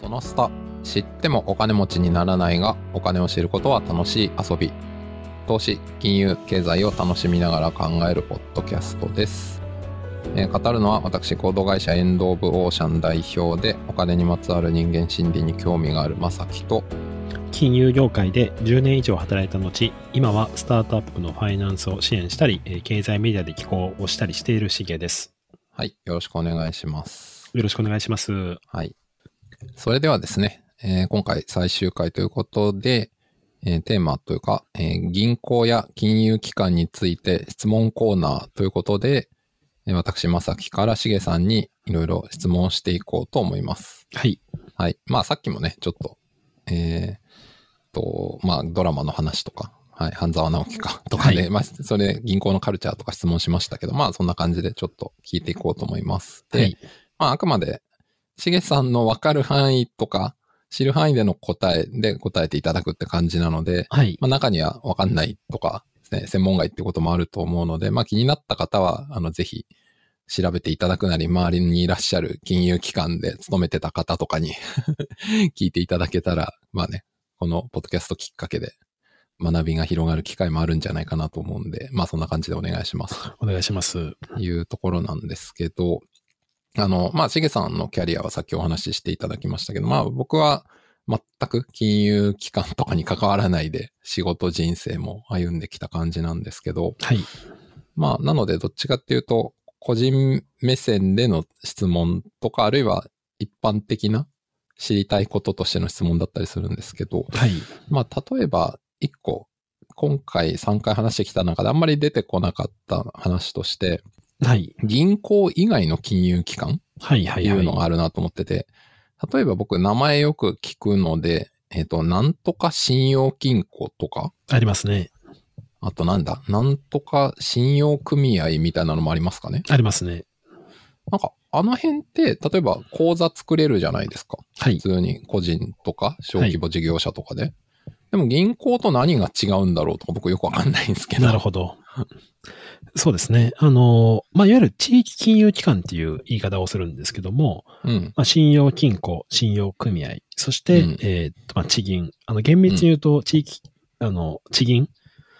このスタ知ってもお金持ちにならないがお金を知ることは楽しい遊び投資金融経済を楽しみながら考えるポッドキャストです、えー語るのは私行動会社エンド・オブ・オーシャン代表でお金にまつわる人間心理に興味があるまさきと金融業界で10年以上働いた後今はスタートアップのファイナンスを支援したりえー経済メディアで寄稿をしたりしているしげですはいよろしくお願いしますよろしくお願いしますはいそれではですね、えー今回最終回ということで、えーテーマというか、えー銀行や金融機関について質問コーナーということで、えー私、まさきからしげさんにいろいろ質問していこうと思います。はいはい。まあ、さっきもね、ちょっと、えーっと、まあ、ドラマの話とか、はい、半沢直樹か、とかで、はまあ、それ、銀行のカルチャーとか質問しましたけど、まあ、そんな感じでちょっと聞いていこうと思います。で、はいまあ、あくまで、しげさんの分かる範囲とか、知る範囲での答えで答えていただくって感じなので、はいまあ、中には分かんないとか、ね、専門外ってこともあると思うので、まあ、気になった方は、あの、ぜひ、調べていただくなり、周りにいらっしゃる金融機関で勤めてた方とかに 聞いていただけたら、まあね、このポッドキャストきっかけで学びが広がる機会もあるんじゃないかなと思うんで、まあそんな感じでお願いします。お願いしますいうところなんですけど、あの、まあ、しげさんのキャリアはさっきお話ししていただきましたけど、まあ、僕は全く金融機関とかに関わらないで仕事人生も歩んできた感じなんですけど、はいまあ、なのでどっちかっていうと、個人目線での質問とか、あるいは一般的な知りたいこととしての質問だったりするんですけど、はいまあ、例えば、一個、今回3回話してきた中であんまり出てこなかった話として、はい銀行以外の金融機関はいはっていいはういのがあるなと思ってて、例えば僕名前よく聞くので、えっ、と、なんとか信用金庫とか、ありますねあとなんだ、なんとか信用組合みたいなのもありますかね。ありますねなんか、あの辺って、例えば口座作れるじゃないですか。はい普通に個人とか小規模事業者とかで。でも銀行と何が違うんだろうとか僕よくわかんないんですけど。なるほど。そうですね。あの、まあ、いわゆる地域金融機関っていう言い方をするんですけども、うん。まあ、信用金庫、信用組合、そして、うんえーとまあ、地銀。あの、厳密に言うと、地域、あの、地銀、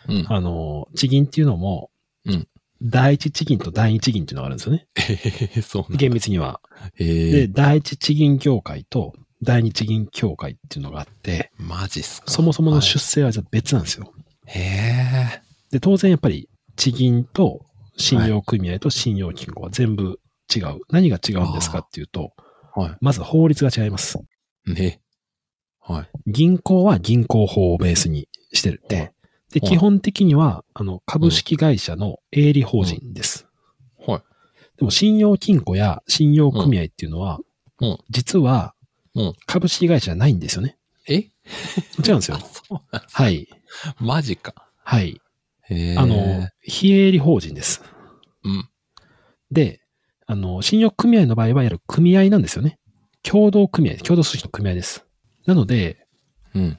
うん。あの、地銀っていうのも、うん第一地銀と第二地銀っていうのがあるんですよね。そうなんだ厳密には。へで、ー第一地銀協会と第二地銀協会っていうのがあって、マジっすか。そもそものはい出世はじゃあ別なんですよ。へーで、当然やっぱり地銀と信用組合と信用金庫は全部違う。何が違うんですかっていうと、はまず法律が違います。い。ね。はい。銀行は銀行法をベースにしてるって。で、はい基本的には、あの、株式会社の営利法人です。はい。でも、信用金庫や信用組合っていうのは、うんうん実はうん、株式会社じゃないんですよね。え違うんですよあ、。そうなんはい。 マジか。はい。へーあの、、非営利法人です。うん。で、あの、信用組合の場合は、いわゆる組合なんですよね。共同組合、共同組織の組合です。なので、うん。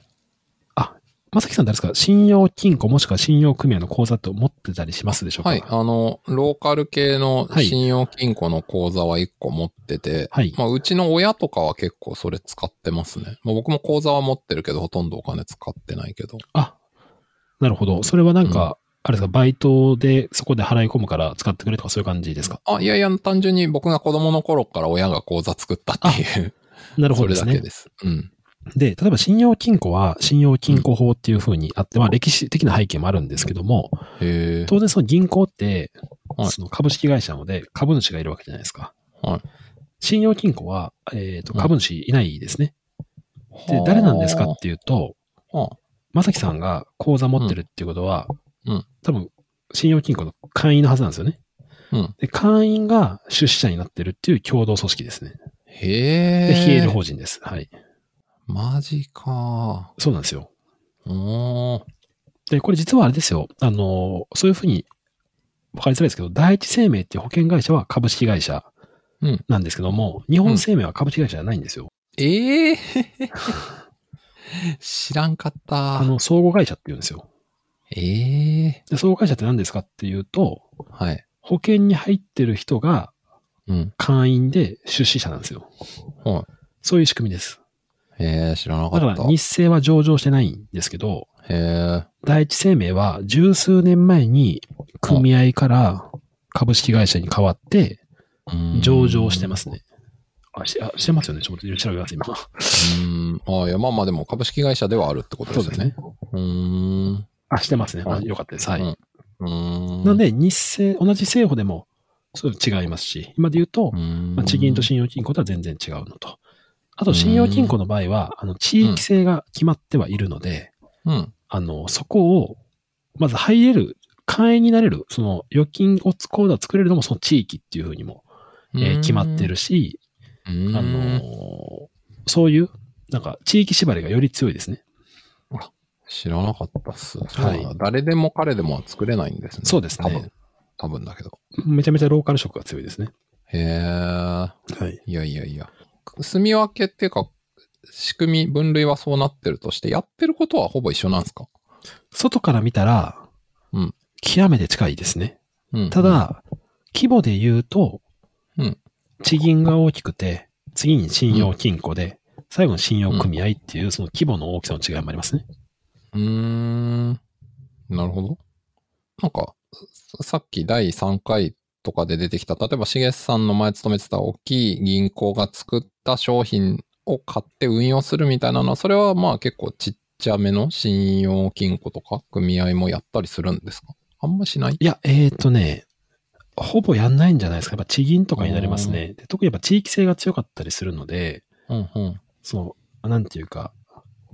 まさきさん誰ですか信用金庫もしくは信用組合の口座って持ってたりしますでしょうかはい。あの、ローカル系のはい信用金庫の口座は1個持ってて、はいまあ、うちの親とかは結構それ使ってますね。まあ、僕も口座は持ってるけど、ほとんどお金使ってないけど。あ、なるほど。それはなんか、あれですか、バイトでそこで払い込むから使ってくれとかそういう感じですかあ、いやいや、単純に僕が子供の頃から親が口座作ったっていう、なるほそどれですだね。けでです。うん。例えば信用金庫は信用金庫法っていうふうにあって、まあ歴史的な背景もあるんですけども、へえ。当然その銀行ってはい、その株式会社なので株主がいるわけじゃないですか。はい信用金庫は、えー、とうん株主いないですね。で、誰なんですかはっていうと、あはあまさきさんが口座持ってるっていうことは、うんうん多分、信用金庫の会員のはずなんですよね。うんで、会員が出資者になってるっていう共同組織ですね。へえ。で、非営利法人です。はい。マジか。そうなんですよ。おー。で、これ実はあれですよ。あの、そういうふうに分かりづらいですけど、第一生命っていう保険会社は株式会社うんなんですけども、日本生命は株式会社じゃないんですよ。ええ知らんかった。あの、相互会社って言うんですよ。ええで、相互会社って何ですかっていうと、はい。保険に入ってる人がうん。会員で出資者なんですよ。はそういう仕組みです。えー、知らなかだっかた。ら日清は上場してないんですけど、へえ、第一生命は十数年前に組合から株式会社に変わってうん上場してます。ね。あ、してあしてますよね。ちょっと調べます、今。うん。ああ、いや、まあまあでも株式会社ではあるってことですよね。。うーん。あ、してますね。あうんよかったです。はい。うんうん。なん、で、日清、同じ政府でも、そう違いますし、今で言うとう、ん。まあ、地銀と信用金庫とは全然違うのと。あと、信用金庫の場合は、あの、地域性が決まってはいるので、うん。あの、そこを、まず入れる、会員になれる、その、預金を口座を作れるのも、その地域っていうふうにも、えー決まってるし、うん。あのーそういう、なんか、地域縛りがより強いですね。知らなかったっす。はいは。誰でも彼でもは作れないんですね。そうですね多分。多分だけど。めちゃめちゃローカル色が強いですね。へえ。はい。いやいやいや。住み分けっていうか、仕組み、分類はそうなってるとして、やってることはほぼ一緒なんですか外から見たら、うん極めて近いですね。うん。た、だ、規模で言うと、うん地銀が大きくて、次に信用金庫で、最後に信用組合っていう、その規模の大きさの違いもありますね。うーん。なるほど。なんか、ささっき第3回とかで出てきた、例えば、しげさんの前勤めてた大きい銀行が作った商品を買って運用するみたいなのは、それはまあ結構ちっちゃめの信用金庫とか組合もやったりするんですかあんましないいや、えー、とね、ほぼやんないんじゃないですか。やっぱ地銀とかになりますね。で特にやっぱ地域性が強かったりするので、うんうん。その、なんていうか、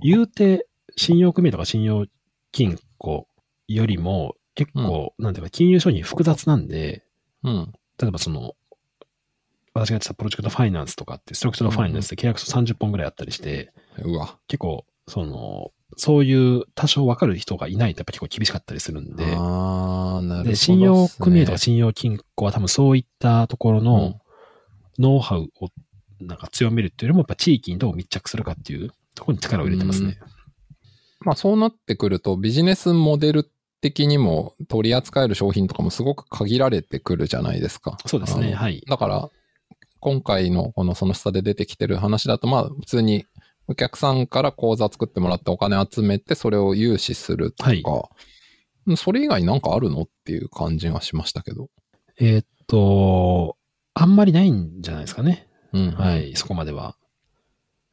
言うて、信用組合とか信用金庫よりも、結構、なんていうか、金融商品複雑なんで、うん。例えばその、私がやってたプロジェクトファイナンスとかって、ストラクチャルファイナンスで契約書30本ぐらいあったりして、うわ。結構、その、そういう多少わかる人がいないとやっぱ結構厳しかったりするんで、あー、なるほどっすね、で、信用組合とか信用金庫は多分そういったところのノウハウをなんか強めるっていうよりも、やっぱ地域にどう密着するかっていうところに力を入れてますね。まあそうなってくるとビジネスモデル的にも取り扱える商品とかもすごく限られてくるじゃないですか。そうですあね、のはい。だから今回のこのその下で出てきてる話だとまあ普通にお客さんから口座作ってもらってお金集めてそれを融資するとか、はいそれ以外になんかあるのっていう感じがしましたけど。えーっと、あんまりないんじゃないですかね。うん。は。い、そこまでは。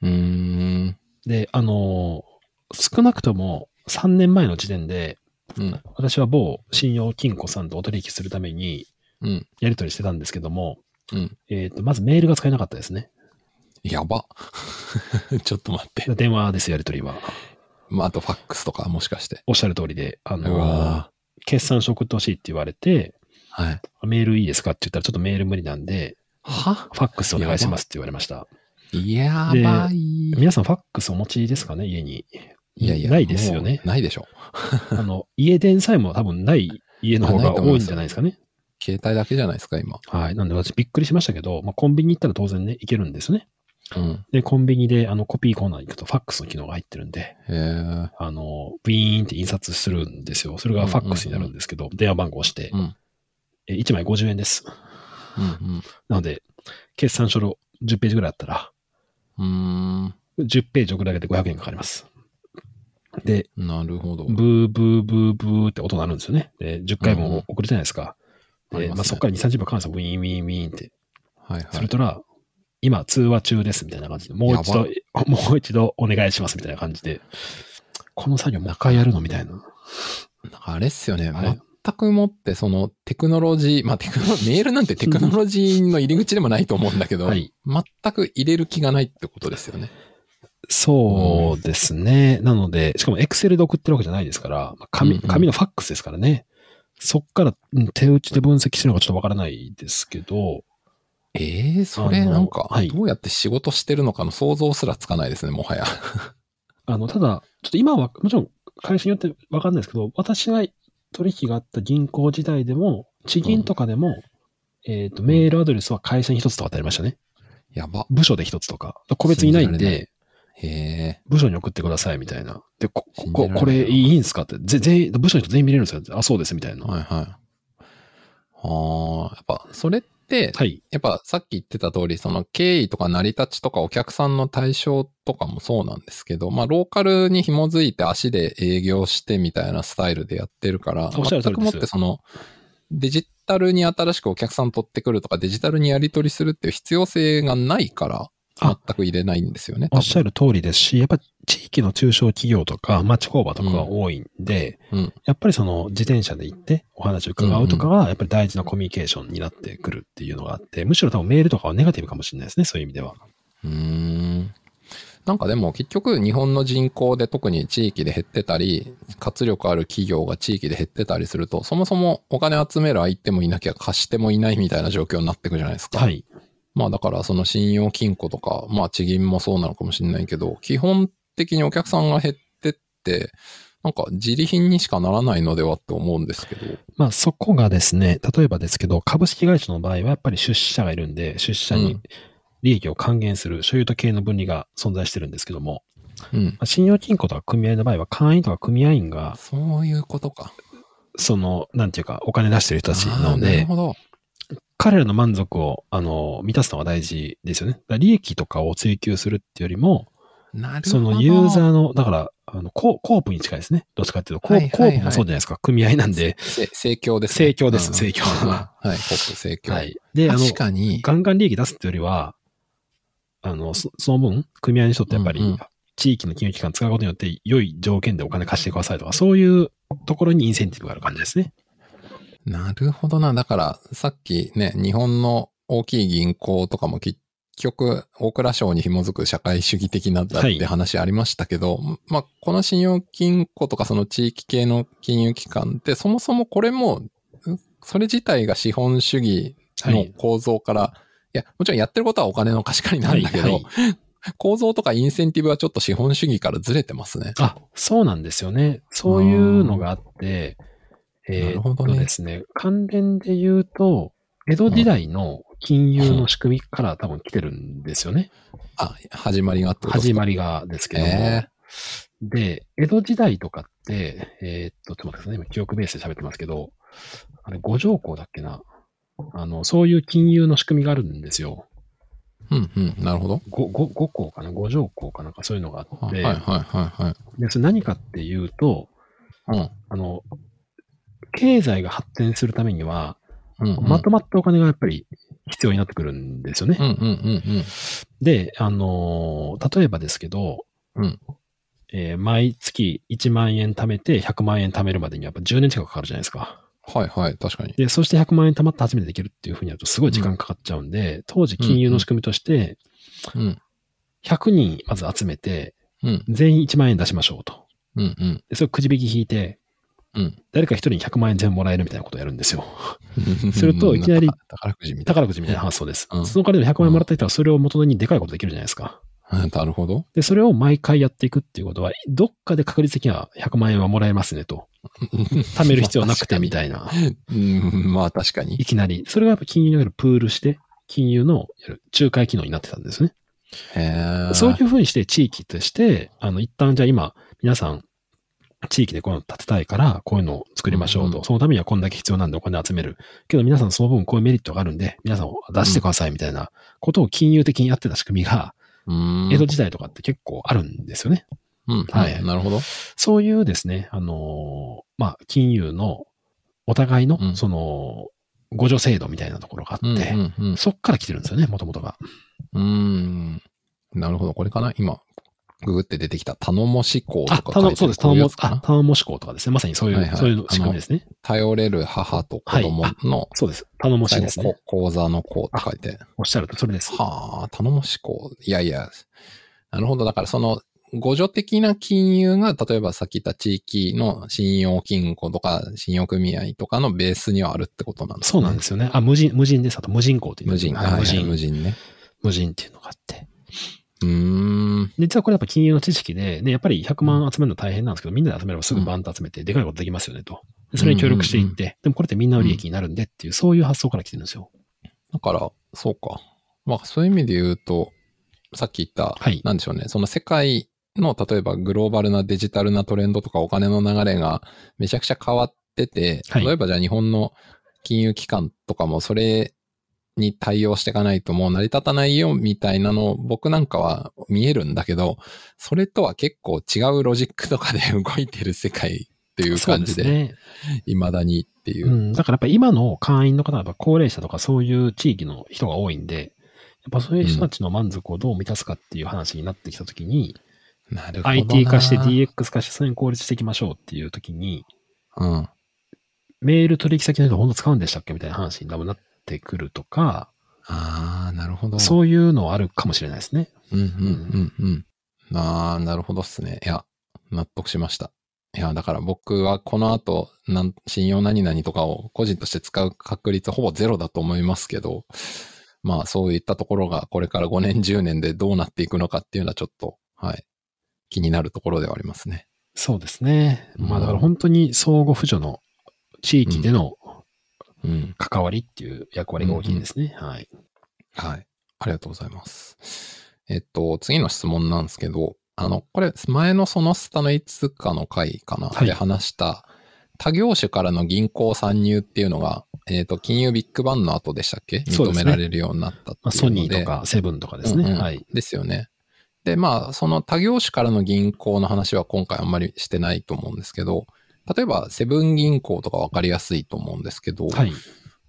うーん。で、あのー少なくとも3年前の時点で、うん。私は某信用金庫さんとお取引するためにうん。やり取りしてたんですけども、うん。えっ、と、まずメールが使えなかったですね。やば。 ちょっと待って。電話です、やり取りは。まああとファックスとかもしかして。おっしゃる通りで、あうのーわ決算書送ってほしいって言われて、はい。メールいいですかって言ったら、ちょっとメール無理なんで、はファックスお願いしますって言われました。やばい。皆さん、ファックスお持ちですかね、家に。いやいや、ないですよねもう。ないでしょ。 あの、家電さえも多分ない家の方が多いんじゃないですかね。携帯だけじゃないですか、今。はい。なんで私びっくりしましたけど、まあ、コンビニ行ったら当然ね、行けるんですね。うん。で、コンビニであのコピーコーナーに行くとファックスの機能が入ってるんで、へえ。あの、ビーンって印刷するんですよ。それがファックスになるんですけど、電話番号を押してう、ん。え1枚50円です。うん。なので、決算書の10ページぐらいあったら、うん。う10ページ送るだけで500円かかります。で、ーんなるほど。ブーブーブーブーって音鳴るんですよね。で、10回も送るじゃないですか。うんで、ありますねまあ、そこから2、30分間さ、ウィーンウィーンウィーンってはいはするい。とら、今通話中ですみたいな感じで、もう一や度、もう一度お願いしますみたいな感じで、この作業もう一回やるのみたいな。なんかあれっすよね。はい全くもって、その、テクノロジー、まあ、テクノ、 メールなんてテクノロジーの入り口でもないと思うんだけど、はい全く入れる気がないってことですよね。そうですね。なので、しかも Excel で送ってるわけじゃないですから、まあうん紙うん紙のファックスですからね。そっからうん手打ちで分析するのかちょっとわからないですけど、ええそれあのなんかはい、どうやって仕事してるのかの想像すらつかないですね、もはや。あの、ただ、ちょっと今は、もちろん会社によってわかんないですけど、私が取引があった銀行時代でも、地銀とかでも、えっ、と、メールアドレスは会社に一つとかってありましたね。やば。部署で一つとか。個別にないん信じられで、へえ。部署に送ってくださいみたいな。で、こ、信じられこないこれいいんすかって、ぜ全員、部署の人全員見れるんですよ。あ、そうですみたいな。はいはい。ああ、やっぱ、それってって、はい。やっぱさっき言ってた通り、その経緯とか成り立ちとかお客さんの対象とかもそうなんですけど、まあローカルに紐づいて足で営業してみたいなスタイルでやってるから、おっしゃる通全くりですもってそのデジタルに新しくお客さん取ってくるとかデジタルにやり取りするっていう必要性がないから、全あく入れないんですよね。おっしゃる。る通りですし、やっぱ地域の中小企業とか町工場とかが多いんで、うんうんやっぱりその自転車で行ってお話を伺うとかが、やっぱり大事なコミュニケーションになってくるっていうのがあって、むしろ多分メールとかはネガティブかもしれないですね、そういう意味では。うーん。なんかでも結局日本の人口で特に地域で減ってたり、活力ある企業が地域で減ってたりすると、そもそもお金集める相手もいなきゃ貸してもいないみたいな状況になってくじゃないですか。はい。まあだからその信用金庫とか、まあ地銀もそうなのかもしれないけど、基本的にお客さんが減ってって、なんか自利品にしかならないのではって思うんですけど。まあそこがですね、例えばですけど、株式会社の場合はやっぱり出資者がいるんで、出資者うにん利益を還元する所有と経営の分離が存在してるんですけども、うん。まあ信用金庫とか組合の場合は会員とか組合員が、そういうことか。その、なんていうか、お金出してる人たちなあのーなるで、ほど。彼らの満足を、あの、満たすのが大事ですよね。だから利益とかを追求するっていうよりも、なるほど。そのユーザーの、だから、あのココープに近いですね。どっちかっていうと、コープ,、はいはいはいコープもそうじゃないですか。組合なんで、せ盛況です、盛況ですうん盛況うん はい、国盛況。はい。で、あの、確かに。ガンガン利益出すっていうよりは、あの、そその分、組合の人ってやっぱり、うんうん地域の金融機関使うことによって、良い条件でお金貸してくださいとか、そういうところにインセンティブがある感じですね。なるほどな。だから、さっきね、日本の大きい銀行とかも結局、大蔵省に紐づく社会主義的なんだっはいて話ありましたけど、まあ、この信用金庫とかその地域系の金融機関って、そもそもこれも、うそれ自体が資本主義はのい構造から、い、や、もちろんやってることはお金の貸し借りなんだけど、はいはい構造とかインセンティブはちょっと資本主義からずれてますね。あ、そうなんですよね。そういうのがあって、なえるーほっどとねですね、関連で言うと、江戸時代の金融の仕組みから多分来てるんですよね。あ、始まりがってことです始かまりがですけども。えで、江戸時代とかって、えーっと、ちょっと待ってくださいね。今、記憶ベースで喋ってますけど、あれ、五条項だっけな。あの、そういう金融の仕組みがあるんですよ。うんうん、なるほど。五五五項かな五条項かなんかそういうのがあっはいて、はいはいはい。で、それ何かっていうと、うん。あの、経済が発展するためには、うんうん、まとまったお金がやっぱり必要になってくるんですよね。うんうんうんで、あのー例えばですけど、うんえー毎月1万円貯めて100万円貯めるまでにやっぱ10年近くかかるじゃないですか。うん。はいはい、確かに。で、そして100万円貯まって初めてできるっていうふうにやるとすごい時間かかっちゃうんで、当時金融の仕組みとして、うん。 100人まず集めて、うん全員1万円出しましょうと。うんうんで、それをくじ引き引いて、うん。誰か1人に100万円全部もらえるみたいなことをやるんですよ。 するといきなり宝宝くじみたい宝くじみたいな発想です。うんその代わりでも100万円もらった人はそれを元にでかいことできるじゃないですか。な。 なるほど。で、それを毎回やっていくっていうことは、どっかで確率的には100万円はもらえますねと。貯める必要なくてみたい な。うん、まあ確かにい。きなり。それがやっぱ金融によるプールして、金融のいわゆる仲介機能になってたんですね。へえ。そういうふうにして地域として、あの、一旦じゃあ今、皆さん、地域でこういうの建てたいから、こういうのを作りましょううんうと。そのためにはこんだけ必要なんでお金集める。けど皆さんその分こういうメリットがあるんで、皆さんを出してくださいみたいなことを金融的にやってた仕組みが、うん、江戸時代とかって結構あるんですよね。うん、うんはいなるほど。そういうですね、あのーまあ、金融のお互いのう、んその、互助制度みたいなところがあうっん、て、うん、そっから来てるんですよね、もともとが。うん。うん。なるほど。これかな今、ググって出てきた、頼もし行とあ、か頼むそうです、頼もも、あ、頼もし校とかですね。まさにそういう、はいはいそういう仕組みですね。頼れる母と子供の、そうです。頼もしい最です後ね。こ講座の行って書いて。おっしゃると、それです。はあ、頼もしこう。いやいや、なるほど。だからその、互助的な金融が、例えばさっき言った地域の信用金庫とか、信用組合とかのベースにはあるってことなんですね。そうなんですよね。あ、無人、無人です。あと無人校という。無人、はい無無人、無人。人ね。無人っていうのがあって。うーん。で実はこれやっぱ金融の知識で、ね、やっぱり100万集めるの大変なんですけど、みんなで集めればすぐバンと集めて、でかいことできますよねと。でそれに協力していって、でもこれってみんなの利益になるんでっていう、そういう発想から来てるんですよ。だから、そうか。まあ、そういう意味で言うと、さっき言った、はいなんでしょうね、その世界の、例えばグローバルなデジタルなトレンドとかお金の流れがめちゃくちゃ変わってて、はい例えばじゃあ日本の金融機関とかもそれに対応していかないともう成り立たないよみたいなの僕なんかは見えるんだけど、それとは結構違うロジックとかで 動いてる世界っていう感じそうで、ですね。未だにっていうう。ん。だからやっぱ今の会員の方はやっぱ高齢者とかそういう地域の人が多いんで、やっぱそういう人たちの満足をどう満たすかっていう話になってきたときに、なるほどな。 IT 化して DX 化してそれに効率していきましょうっていうときに、うん。メール取引先の人本当使うんでしたっけみたいな話に多分なってくるとか、ああ、なるほど。そういうのはあるかもしれないですね。うんうんうんうん。ああ、なるほどっすね。いや、納得しました。いや、だから僕はこの後、なん信用何々とかを個人として使う確率ほぼゼロだと思いますけど、まあそういったところがこれから5年10年でどうなっていくのかっていうのはちょっと、はい、気になるところではありますね。そうですね。うまあんだから本当に相互扶助の地域でのうん。関わりっていう役割が大きいんですね。はい。はい。ありがとうございます。えっと、次の質問なんですけど、あの、これ、前のそのスタのいつかの回かな、はいで話した、他業種からの銀行参入っていうのが、えっと、金融ビッグバンの後でしたっけそう認ですめねられるようになったっていうので、まあ、ソニーとかセブンとかですうんね。うんはい。ですよね。で、まあ、その他業種からの銀行の話は今回あんまりしてないと思うんですけど、例えば、セブン銀行とかわかりやすいと思うんですけど、はい。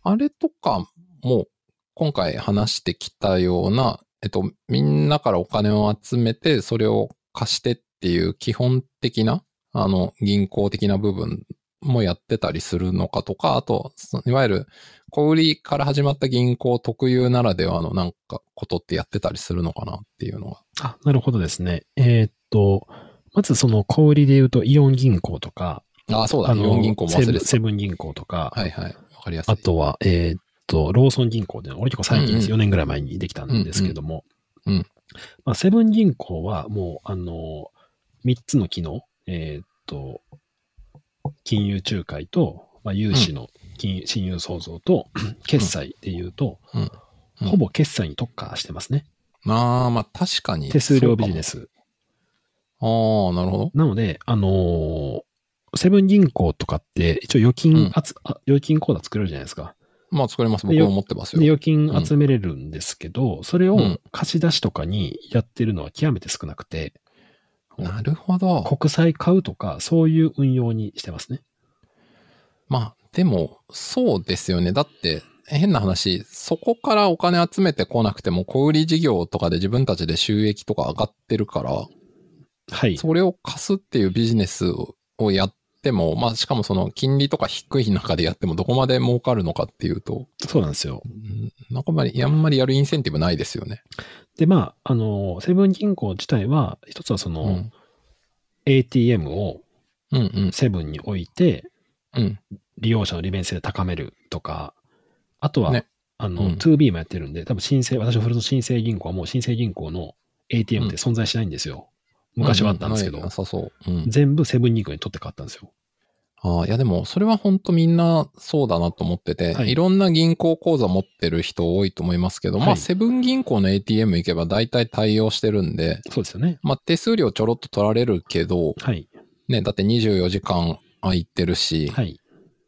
あれとかも今回話してきたような、えっと、みんなからお金を集めて、それを貸してっていう基本的な、あの、銀行的な部分もやってたりするのかとか、あと、そいわゆる小売りから始まった銀行特有ならではのなんかことってやってたりするのかなっていうのが。あ、なるほどですね。えーっと、まずその小売りで言うとイオン銀行とか、ああ、そうだ、の4銀行も忘れセブンてた。セブン銀行とか、はいはい。わかりやすい。あとは、えーっと、ローソン銀行で、俺結構最近です、うんう4年ぐらい前にできたんですけども、うんうんうんまあ、セブン銀行はもう、あの、3つの機能、えーっと、金融仲介と、まあ、融資の金、信用創造 と、決済で言うと、うんうんほぼ決済に特化してますね。ああ、まあ確かに。手数料ビジネス。そうかも。ああ、なるほど。なので、あのーセブン銀行とかって、一応預金、うんあつあ預金口座作れるじゃないですか。まあ作れます。で僕も持ってますよ。で、預金集めれるんですけど、それうをん貸し出しとかにやってるのは極めて少なくて、なるほど。国債買うとか、そういう運用にしてますね。まあ、でも、そうですよね。だって、変な話、そこからお金集めてこなくても、小売り事業とかで自分たちで収益とか上がってるから、はい。それを貸すっていうビジネスをやっても、まあ、しかもその金利とか低い中でやっても、どこまで儲かるのかっていうと、そうなんですよ。うんなんかあんまり、あんまりやるインセンティブないですよね。で、まあ、あのーセブン銀行自体は、一つはそうの、ん。 ATM をうんうん。セブンに置いて、うん。利用者の利便性を高めるとか、あとは、ねあうの、ん 2B もやってるんで、多分申請、私のフルの申請銀行はもう申請銀行の ATM って存在しないんですよ。昔はあったんですけど、うなさそう。うん。全部セブン銀行に取って買ったんですよ。ああ、いやでも、それは本当みんなそうだなと思ってて、はいい、ろんな銀行口座持ってる人多いと思いますけど、まはあ、いセブン銀行の ATM 行けば大体対応してるんで、そうですよね。まあ、手数料ちょろっと取られるけど、はい。ね、だって24時間空いてるし、はい。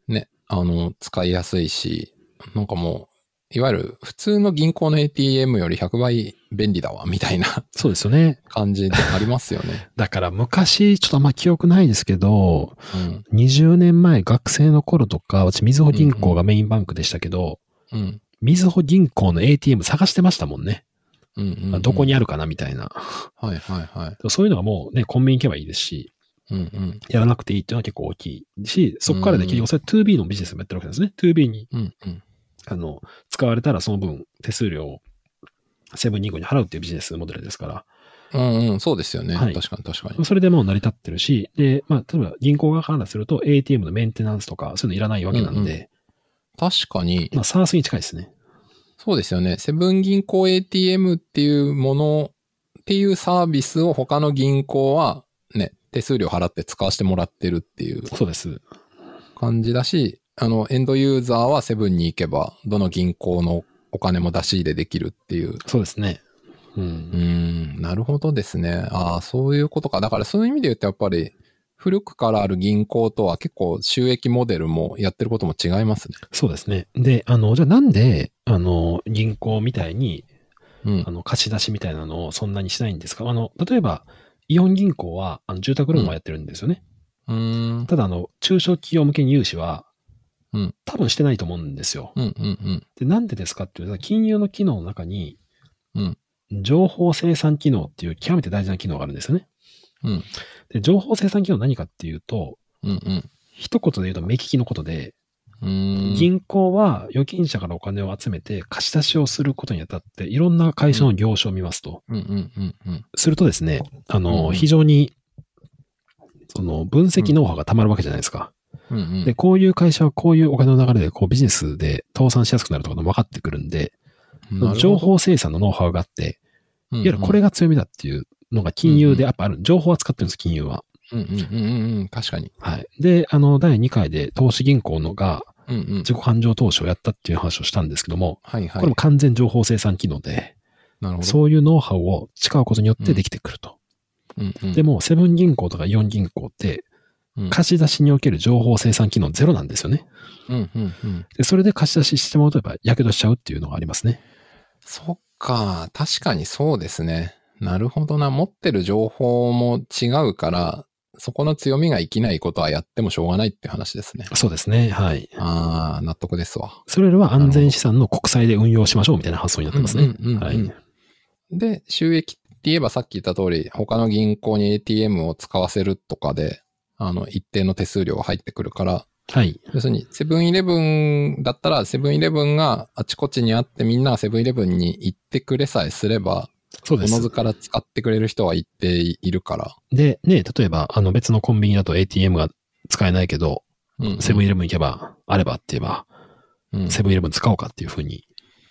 ね、あの、使いやすいし、なんかもう、いわゆる普通の銀行の ATM より100倍便利だわ、みたいな そうですよね。感じでありますよね。だから昔、ちょっとあんま記憶ないですけど、うん。 20年前学生の頃とか、私、みずほ銀行がメインバンクでしたけど、うん。みずほ銀行の ATM 探してましたもんね。うんうん、どこにあ あるかなみたいな。はいはいはい。そういうのがもうね、コンビニ行けばいいですし、うんうん。やらなくていいっていうのは結構大きいし、そこからできる、うんそれ 2B のビジネスもやってるわけですね。2B にうんうん。あの使われたらその分手数料をセブン銀行に払うっていうビジネスモデルですから、うんうん、そうですよね。はい確かに確かに。それでもう成り立ってるし、で、まあ、例えば銀行側からすると ATM のメンテナンスとかそういうのいらないわけなんで、うん確かに、まあ、SARS に近いですね。そうですよね。セブン銀行 ATM っていうもの、っていうサービスを他の銀行は、ね、手数料払って使わせてもらってるっていうそうです。感じだし、あの、エンドユーザーはセブンに行けば、どの銀行のお金も出し入れできるっていう。そうですね。うん。うーん、なるほどですね。ああ、そういうことか。だからそういう意味で言うと、やっぱり、古くからある銀行とは結構収益モデルもやってることも違いますね。そうですね。で、あの、じゃあなんで、あの、銀行みたいに、うんあ。の、貸し出しみたいなのをそんなにしないんですかあの、例えば、イオン銀行は、あの、住宅ローンもやってるんですよね。うーん。ただ、あの、中小企業向けに融資は、うん多分してないと思うんですよ。うんうんで、なんでですかっていうと、金融の機能の中に、うん情報生産機能っていう極めて大事な機能があるんですよね。うんで、情報生産機能何かっていうと、うん。うんうん。一言で言うと目利きのことで、うーん。銀行は預金者からお金を集めて貸し出しをすることにあたって、いろんな会社の業種を見ますと。うんうんうんうん。するとですね、あうんうの、ん非常に、その、分析ノウハウが溜まるわけじゃないですか。うんうん。で、こういう会社はこういうお金の流れで、こうビジネスで倒産しやすくなるとかも分かってくるんで、なるほど情、報生産のノウハウがあって、いいわゆるこれが強みだっていうのが金融でやっぱある。情報は使ってるんです、金融は。うんうんうんうんうん。確かに。はい。で、あの、第2回で投資銀行のがうんうん。自己感情投資をやったっていう話をしたんですけども、はいはい。これも完全情報生産機能で、なるほど。そういうノウハウを使うことによってできてくると。うんうん。でも、セブン銀行とかイオン銀行って、うん貸し出しにおける情報生産機能ゼロなんですよね。うんうんうん。で、それで貸し出ししてもらうと、やっぱ、やけどしちゃうっていうのがありますね。そっか。確かにそうですね。なるほどな。持ってる情報も違うから、そこの強みが生きないことはやってもしょうがないって話ですね。そうですね。はい。ああ、納得ですわ。それよりは安全資産の国債で運用しましょうみたいな発想になってますね。うんうんうんうんはい。で、収益って言えばさっき言った通り、他の銀行に ATM を使わせるとかで、あの、一定の手数料が入ってくるから、はい。要するに、セブンイレブンだったら、セブンイレブンがあちこちにあって、みんながセブンイレブンに行ってくれさえすれば、そうおですの。ずから使ってくれる人は一定いるから。で、ね、例えば、あの、別のコンビニだと ATM が使えないけど、うんセブンイレブン行けば、あればって言えば、うんセブンイレブン使おうかっていうふうに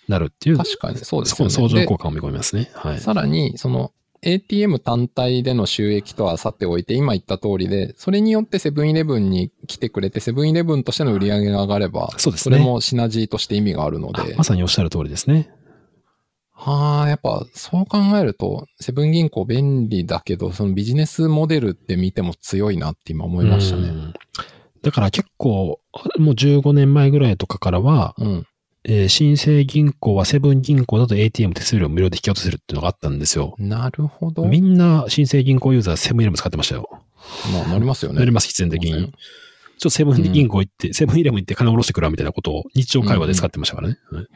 なるっていう、確かにそうですそこよのね。相乗効果を見込みますね。はでい。さらに、その ATM 単体での収益とはさておいて、今言った通りで、それによってセブンイレブンに来てくれて、セブンイレブンとしての売り上げが上がれば、そうですそね。れもシナジーとして意味があるのであ、まさにおっしゃる通りですね。はあ、やっぱそう考えると、セブン銀行便利だけど、そのビジネスモデルって見ても強いなって今思いましたうね。んだから結構、もう15年前ぐらいとかからは、うん。えー新生銀行はセブン銀行だと ATM 手数料無料で引き落とせるっていうのがあったんですよ。なるほど。みんな新生銀行ユーザーセブンイレブン使ってましたよ。まあ、なりますよね。なります、必然的に。ちょっとセブン銀行行って、セブンイレブン行って金下ろしてくるわみたいなことを日常会話で使ってましたからね。はい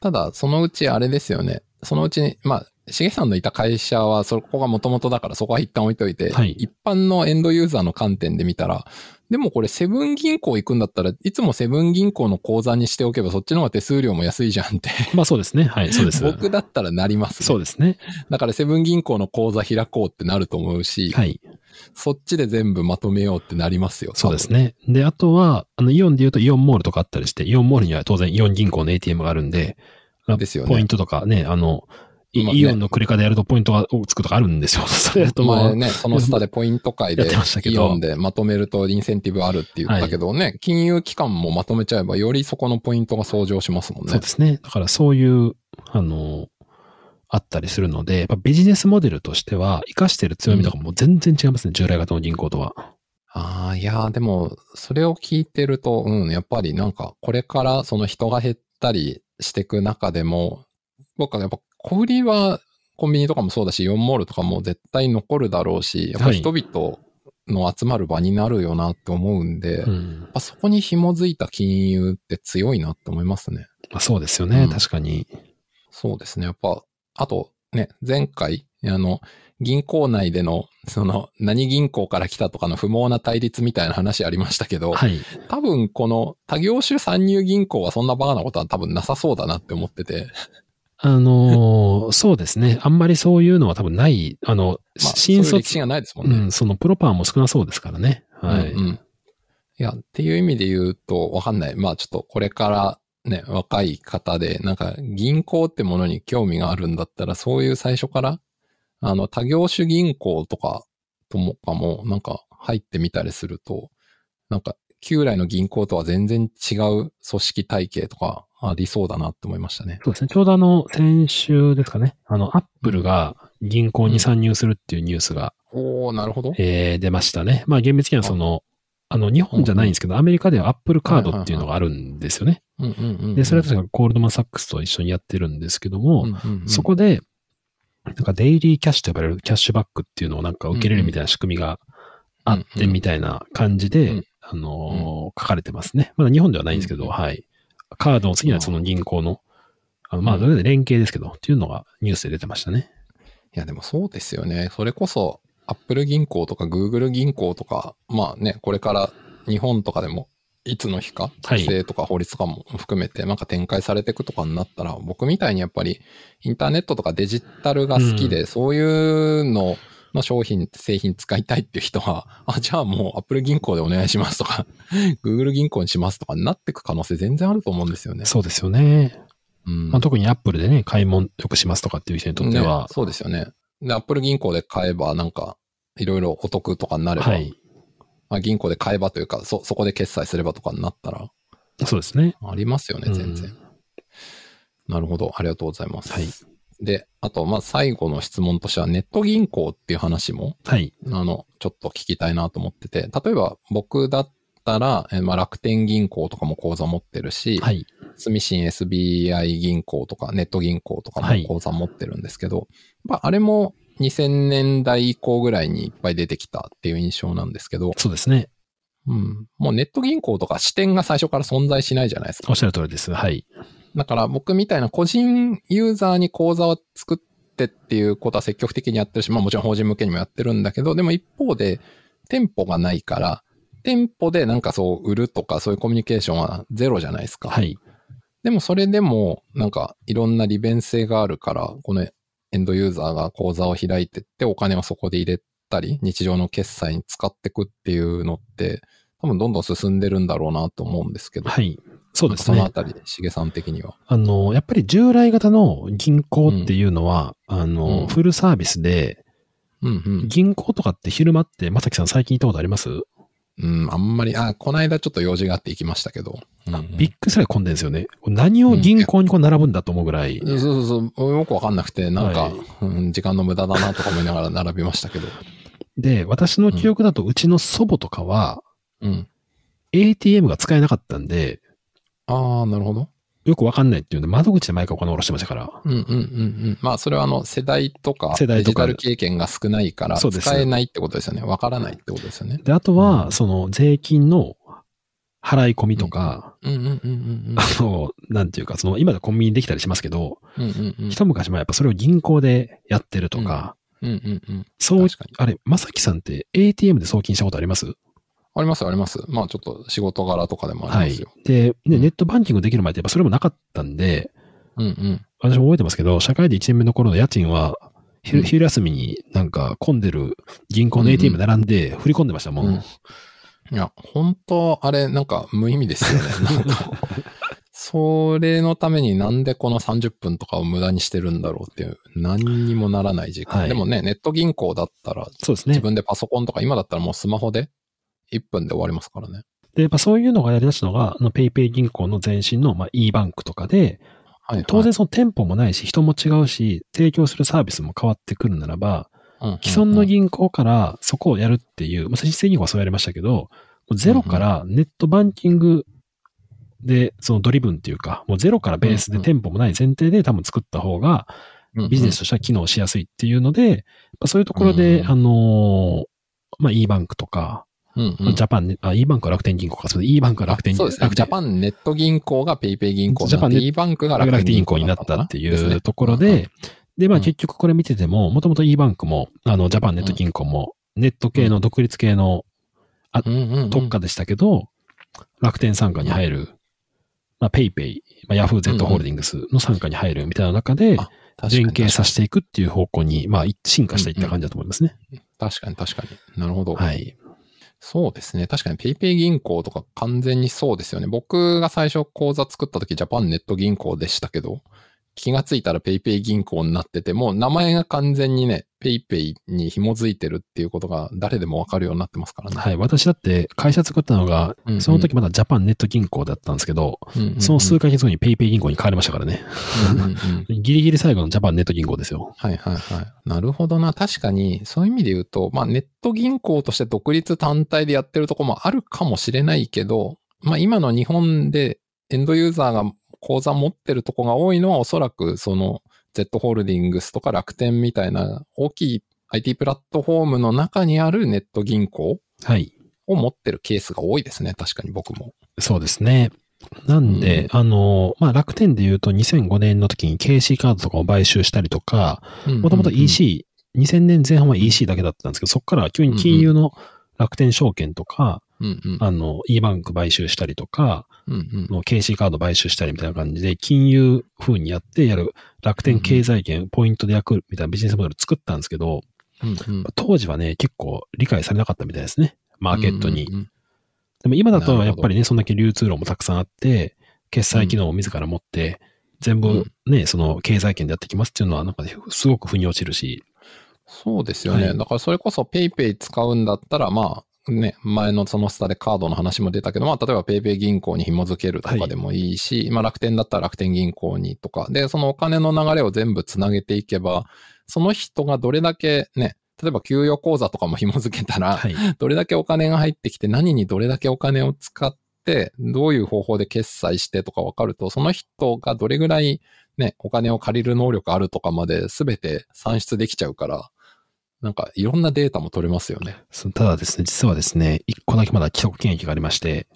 ただ、そのうちあれですよね。そのうちに、まあ、しげさんのいた会社は、そこが元々だから、そこは一旦置いといて、はい一般のエンドユーザーの観点で見たら、でもこれ、セブン銀行行くんだったら、いつもセブン銀行の口座にしておけば、そっちの方が手数料も安いじゃんって、まあそうですね。はい、そうです。僕だったらなります、ね。そうですね。だから、セブン銀行の口座開こうってなると思うし、はい、そっちで全部まとめようってなりますよ。多分そうです。ね。で、あとは、あの、イオンで言うとイオンモールとかあったりして、イオンモールには当然イオン銀行の ATM があるんで、あですよねポイントとかね、あの、いいますねイオンのクレカでやるとポイントがつくとかあるんですよ。 それだとまあ前ね、その下でポイント会やっでてましたけ、どイオンでまとめるとインセンティブあるって言ったけどね、金融機関もまとめちゃえば、よりそこのポイントが相乗しますもんそうねで。すね。だからそういう、あの、あったりするので、やっぱビジネスモデルとしては、生かしてる強みとかも全然違いますね、従来型の銀行とは。ああ、いやーでも、それを聞いてると、うん、やっぱりなんか、これからその人が減ったりしていく中でも、僕はやっぱ小売りはコンビニとかもそうだし、イオンモールとかも絶対残るだろうし、やっぱ人々の集まる場になるよなって思うんで、うんやっぱそこに紐づいた金融って強いなって思いますね。まあ、そうですよね、うん確かに。そうですね。やっぱ、あとね、前回、あの、銀行内での、その、何銀行から来たとかの不毛な対立みたいな話ありましたけど、はい。多分この多業種参入銀行はそんなバカなことは多分なさそうだなって思ってて、あのーそうですね。あんまりそういうのは多分ない、あの、まあ、新そういう歴卒史がないですもんうね。ん、そのプロパンも少なそうですからね。はい。うんうん。いや、っていう意味で言うと、わかんない。まあちょっとこれからね、若い方で、なんか銀行ってものに興味があるんだったら、そういう最初から、あの、多業種銀行とか、ともかも、なんか入ってみたりすると、なんか旧来の銀行とは全然違う組織体系とかありそうだなって思いましたね。そうですね。ちょうどあの、先週ですかね。あの、アップルが銀行に参入するっていうニュースがおー、なるほど。えー出ましたね。まあ厳密にはその、あの、日本じゃないんですけど、アメリカでは Apple カードっていうのがあるんですよね。うんうんうんうんで、それは確かゴールドマン・サックスと一緒にやってるんですけども、うんうんうんそこで、なんかデイリーキャッシュと呼ばれるキャッシュバックっていうのをなんか受けれるみたいな仕組みがあっうんてうんみたいな感じで、うんあのー書かれてますね。まだ日本ではないんですけど、うんうんはい。カードの次にはその銀行の、あのまあ、うんそれで連携ですけど、っていうのがニュースで出てましたね。いや、でもそうですよね。それこそ、アップル銀行とかグーグル銀行とか、まあね、これから日本とかでも、いつの日か、はい規制とか法律とかも含めて、なんか展開されていくとかになったら、僕みたいにやっぱり、インターネットとかデジタルが好きで、そういうのの商品、製品使いたいっていう人は、あ、じゃあもうアップル銀行でお願いしますとか、 グーグル銀行にしますとかになっていく可能性全然あると思うんですよね。そうですよね。うんまあ、特に Apple でね、買い物よくしますとかっていう人にとっては、ねそうですよね。で、アップル銀行で買えば、なんか、いろいろお得とかになれば、はい。まあ、銀行で買えばというか、そ、そこで決済すればとかになったら、そうですね。ありますよね、全う然ん。なるほど、ありがとうございます。はい。で、あと、まあ、最後の質問としては、ネット銀行っていう話も、はい。あの、ちょっと聞きたいなと思ってて、例えば僕だったら、えーまあ、楽天銀行とかも口座持ってるし、はい。住信 SBI 銀行とかネット銀行とかはのい口座持ってるんですけど、まああれも2000年代以降ぐらいにいっぱい出てきたっていう印象なんですけど、そうですね。うん、もうネット銀行とか支店が最初から存在しないじゃないですおかっ。しゃる通りです。はい。だから僕みたいな個人ユーザーに口座を作ってっていうことは積極的にやってるし、まあもちろん法人向けにもやってるんだけど、でも一方で店舗がないから、店舗でなんかそう売るとかそういうコミュニケーションはゼロじゃないですか。はい。でもそれでも、なんかいろんな利便性があるから、このエンドユーザーが口座を開いてってお金をそこで入れたり、日常の決済に使ってくっていうのって、多分どんどん進んでるんだろうなと思うんですけど、はい。そうですそのねあ。たりで、しげさん的には。あの、やっぱり従来型の銀行っていうのは、あの、うんフルサービスで、うん銀行とかって昼間って、まさきさん最近行ったことあります、うん。うん、あんまり、あ、この間ちょっと用事があって行きましたけど。うんうんびっくりするぐらい混んでるんですよね。何を銀行にこう並ぶんだと思うぐらい。そうそうそう、よくわかんなくて、なんか、はいうん時間の無駄だなとか思いながら並びましたけど。で、私の記憶だと、うちの祖母とかは、うん。 ATM が使えなかったんで、ああ、なるほど。よくわかんないっていうんで、窓口で毎回お金を下ろしてましたから。うんうんうんうん。まあ、それはあの、世代とか、世代とかデジタル経験が少ないから、そうです使えないってことですよね。わからないってことですよね。で、あとうは、んその、税金の払い込みとか、うんうんうんうんあの、なんていうか、その、今でコンビニできたりしますけど、うん。うんうんうん。一昔前やっぱそれを銀行でやってるとか、うんうんうん。そう確かに、あれ、まさきさんって ATM で送金したことありますありますよあります。まあ、ちょっと仕事柄とかでもあはりまいすよ。。で、うね、んネットバンキングできる前ってやっぱそれもなかったんで、うん私も覚えてますけど、社会で1年目の頃の家賃は、う昼ん昼休みになんか混んでる銀行うんのうん ATM 並んで振り込んでましたもん。うんうん。いや、本当あれ、なんか無意味ですよね。なんか、それのためになんでこの30分とかを無駄にしてるんだろうっていう、何にもならない時間。はいでもね、ネット銀行だったら、そうです自ね。分でパソコンとか、今だったらもうスマホで1分で終わりますからね。で、やっぱそういうのがやり出したのが、あのペイペイ銀行の前身の、まあ、e バンクとかで、はい、はい。当然その店舗もないし、人も違うし、提供するサービスも変わってくるならば、うん、既存の銀行からそこをやるっていう、まあ、先進銀行はそうやりましたけど、ゼロからネットバンキングで、そのドリブンっていうか、もうゼロからベースで店舗もない前提で多分作った方がビジネスとしては機能しやすいっていうので、やっぱそういうところうで、んあのー、まあ、e バンクとか、うんうん、ジャパンね、あ、e バンクは楽天銀行か、それで e バンクは楽天そうですね。楽ジャ天パンネット銀行がペイペイ銀行ジャパンネット e バンクが楽楽天天銀銀行行になったっていうところですねで、で、まうあん結局これ見てても、もともと e バンクも、あの、ジャパンネット銀行も、ネット系の独立系のうんうんうん特化でしたけど、楽天傘下に入る、まあ、ペイペイ、まあ、ヤフー Z ホールディングスの傘下に入るみたいな中で、あ確かに連携させていくっていう方向に、まあ、進化していった感じだと思いますね。確かに確かに。なるほど。はい。そうですね。確かにペイペイ銀行とか完全にそうですよね。僕が最初口座作った時ジャパンネット銀行でしたけど、気がついたらペイペイ銀行になってて、もう名前が完全にね、ペイペイに紐づいてるっていうことが誰でもわかるようになってますからね。はい。私だって会社作ったのが、うんうんその時まだジャパンネット銀行だったんですけど、うんうんうんその数ヶ月後にペイペイ銀行に変わりましたからね。うんうんうんギリギリ最後のジャパンネット銀行ですよ。はいはいはい。なるほどな。確かに、そういう意味で言うと、まあネット銀行として独立単体でやってるとこもあるかもしれないけど、まあ今の日本でエンドユーザーが口座持ってるとこが多いのはおそらくその Z ホールディングスとか楽天みたいな大きい IT プラットフォームの中にあるネット銀行はい。を持ってるケースが多いですね。確かに僕も。そうですね。なんで、あの、まあ、楽天で言うと2005年の時に KC カードとかを買収したりとか、もともと EC、2000年前半は EC だけだったんですけど、そこから急に金融の楽天証券とか、うんうん、あの、E バンク買収したりとか、うんうんの KC カード買収したりみたいな感じで、金融風にやってやる楽天経済圏、ポイントで焼くみたいなビジネスモデル作ったんですけど、うんうん当時はね、結構理解されなかったみたいですね。マーケットにうん。うんでも今だなるほとどやっぱりね、そんだけ流通路もたくさんあって、決済機能を自ら持って、全部ね、その経済圏でやってきますっていうのは、なんかすごく腑に落ちるし、そうですよね。はいだからそれこそ PayPay 使うんだったら、まあね、前のその下でカードの話も出たけど、まあ例えば PayPay 銀行に紐付けるとかでもいいし、まあ楽天だったら楽天銀行にとか、で、そのお金の流れを全部つなげていけば、その人がどれだけね、例えば給与口座とかも紐付けたら、はい。どれだけお金が入ってきて、何にどれだけお金を使って、どういう方法で決済してとか分かると、その人がどれぐらいね、お金を借りる能力あるとかまで全て算出できちゃうから、なんかいろんなデータも取れますよね。そのただですね、実はですね、一個だけまだ既得権益がありまして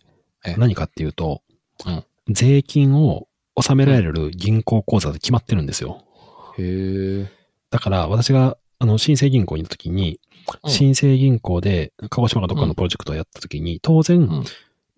ええ、何かっていうと、うん税金を納められる銀行口座で決まってるんですよ。へえ。だから私が、あの、新生銀行にいた時に、うん新生銀行で鹿児島がどっかのプロジェクトをやった時に、当然ん、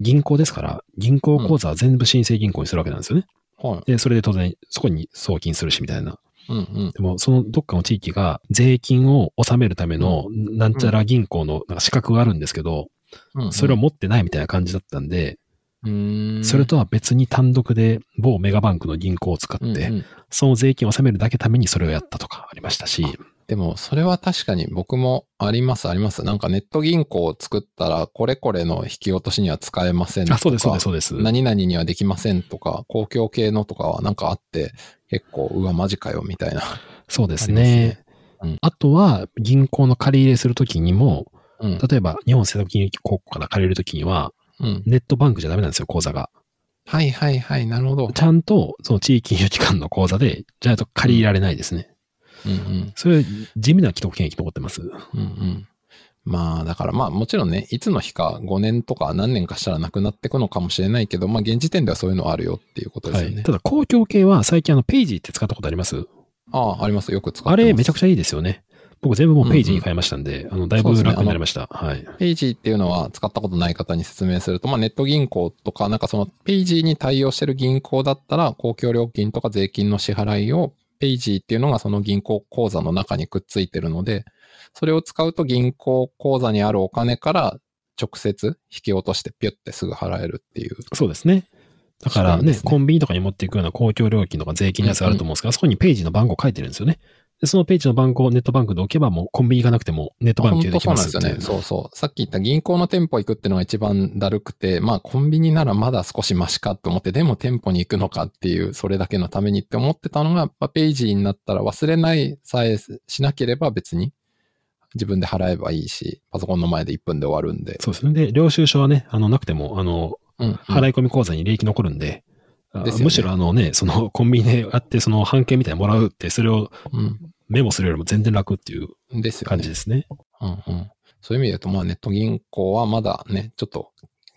銀行ですから、銀行口座は全部新生銀行にするわけなんですよね。はい。で、それで当然、そこに送金するし、みたいな。うんうん。でも、そのどっかの地域が税金を納めるための、なんちゃら銀行のなんか資格があるんですけど、うんうんそれを、持ってないみたいな感じだったんで、うーんそれ、とは別に単独で某メガバンクの銀行を使うんうっんて、その税金を納めるだけためにそれをやったとかありましたし、でも、それは確かに僕もあります、あります。なんかネット銀行を作ったら、これこれの引き落としには使えませんとか。あ、そうです、そうです、そうです。何々にはできませんとか、公共系のとかはなんかあって、結構、うわ、マジかよ、みたいな。 そうですありね。ますねうんあとは、銀行の借り入れするときにも、うん。例えば、日本政策金融機構から借りるときには、うん、ネットバンクじゃダメなんですよ、口座が。はいはいはい、なるほど。ちゃんと、その地域金融機関の口座で、じゃないと借り入れられないですね。うんうん。それ、地味な既得権益残ってます。うんうん。まあ、だからまあ、もちろんね、いつの日か5年とか何年かしたらなくなってくのかもしれないけど、まあ、現時点ではそういうのはあるよっていうことではすよね。い。ただ、公共系は、最近、あの、ページって使ったことありますああ、あります。よく使ってまあす。れ、めちゃくちちゃいいですよね。僕、全部もうページに変えましたんで、あの、だいそうぶですね楽になりました。はい。ゃ。ページっていうのは使ったことない方に説明すると、まあ、ネット銀行とか、なんかそのページに対応してる銀行だったら、公共料金とか税金の支払いをペイジーっていうのがその銀行口座の中にくっついてるので、それを使うと銀行口座にあるお金から直接引き落としてピュッてすぐ払えるっていう。そうですね。だからそうでねすねコンビニとかに持っていくような公共料金とか税金のやつがあると思うんですが、そこにページの番号書いてるんですよね。で、そのページの番号をネットバンクで置けば、もうコンビニ行かなくてもネットバン本クで当できそうまなんすでっすてよいうね。そうそう。さっき言った銀行の店舗行くっていうのが一番だるくて、まあコンビニならまだ少しマシかと思って、でも店舗に行くのかっていう、それだけのためにって思ってたのが、まあ、ペイジーになったら忘れないさえしなければ別に自分で払えばいいし、パソコンの前で1分で終わるんで。そうですね。で、領収書はね、あの、なくても、あの、うん、払い込み口座に利益残るんで、あですよねむしろあのね、そのコンビニでやって、その半券みたいにもらうって、それをうんメモするよりも全然楽っていうですよ感ねじ。ですね。うんうん、そういう意味で言うと、まあ、ネット銀行はまだね、ちょっと、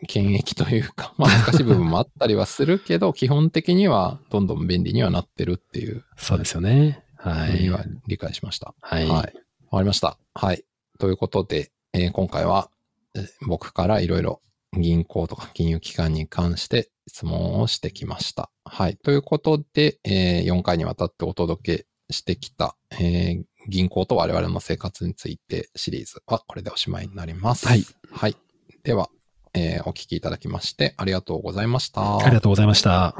権益というか、まあ、難しい部分もあったりはするけど、 基本的にはどんどん便利にはなってるっていうそうですよね。はふうにい。は理解しました。は。はいい。わ、かりました。はい。ということで、えー今回は、えー僕からいろいろ銀行とか金融機関に関して質問をしてきました。はい。ということで、え4回にわたってお届けしてきた、えー銀行と我々の生活についてシリーズはこれでおしまいになります。はい。はい。では、えーお聞きいただきましてありがとうございました。ありがとうございました。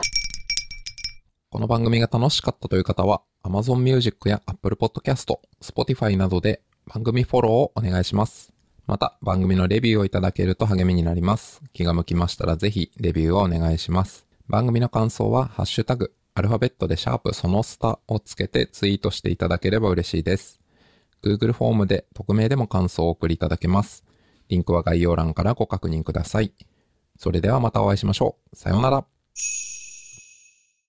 この番組が楽しかったという方は、Amazon Music や Apple Podcast、Spotify などで番組フォローをお願いします。また、番組のレビューをいただけると励みになります。気が向きましたらぜひ、レビューをお願いします。番組の感想は、ハッシュタグ、アルファベットでシャープそのスタをつけてツイートしていただければ嬉しいです。Google フォームで匿名でも感想をお送りいただけます。リンクは概要欄からご確認ください。それではまたお会いしましょう。さようなら。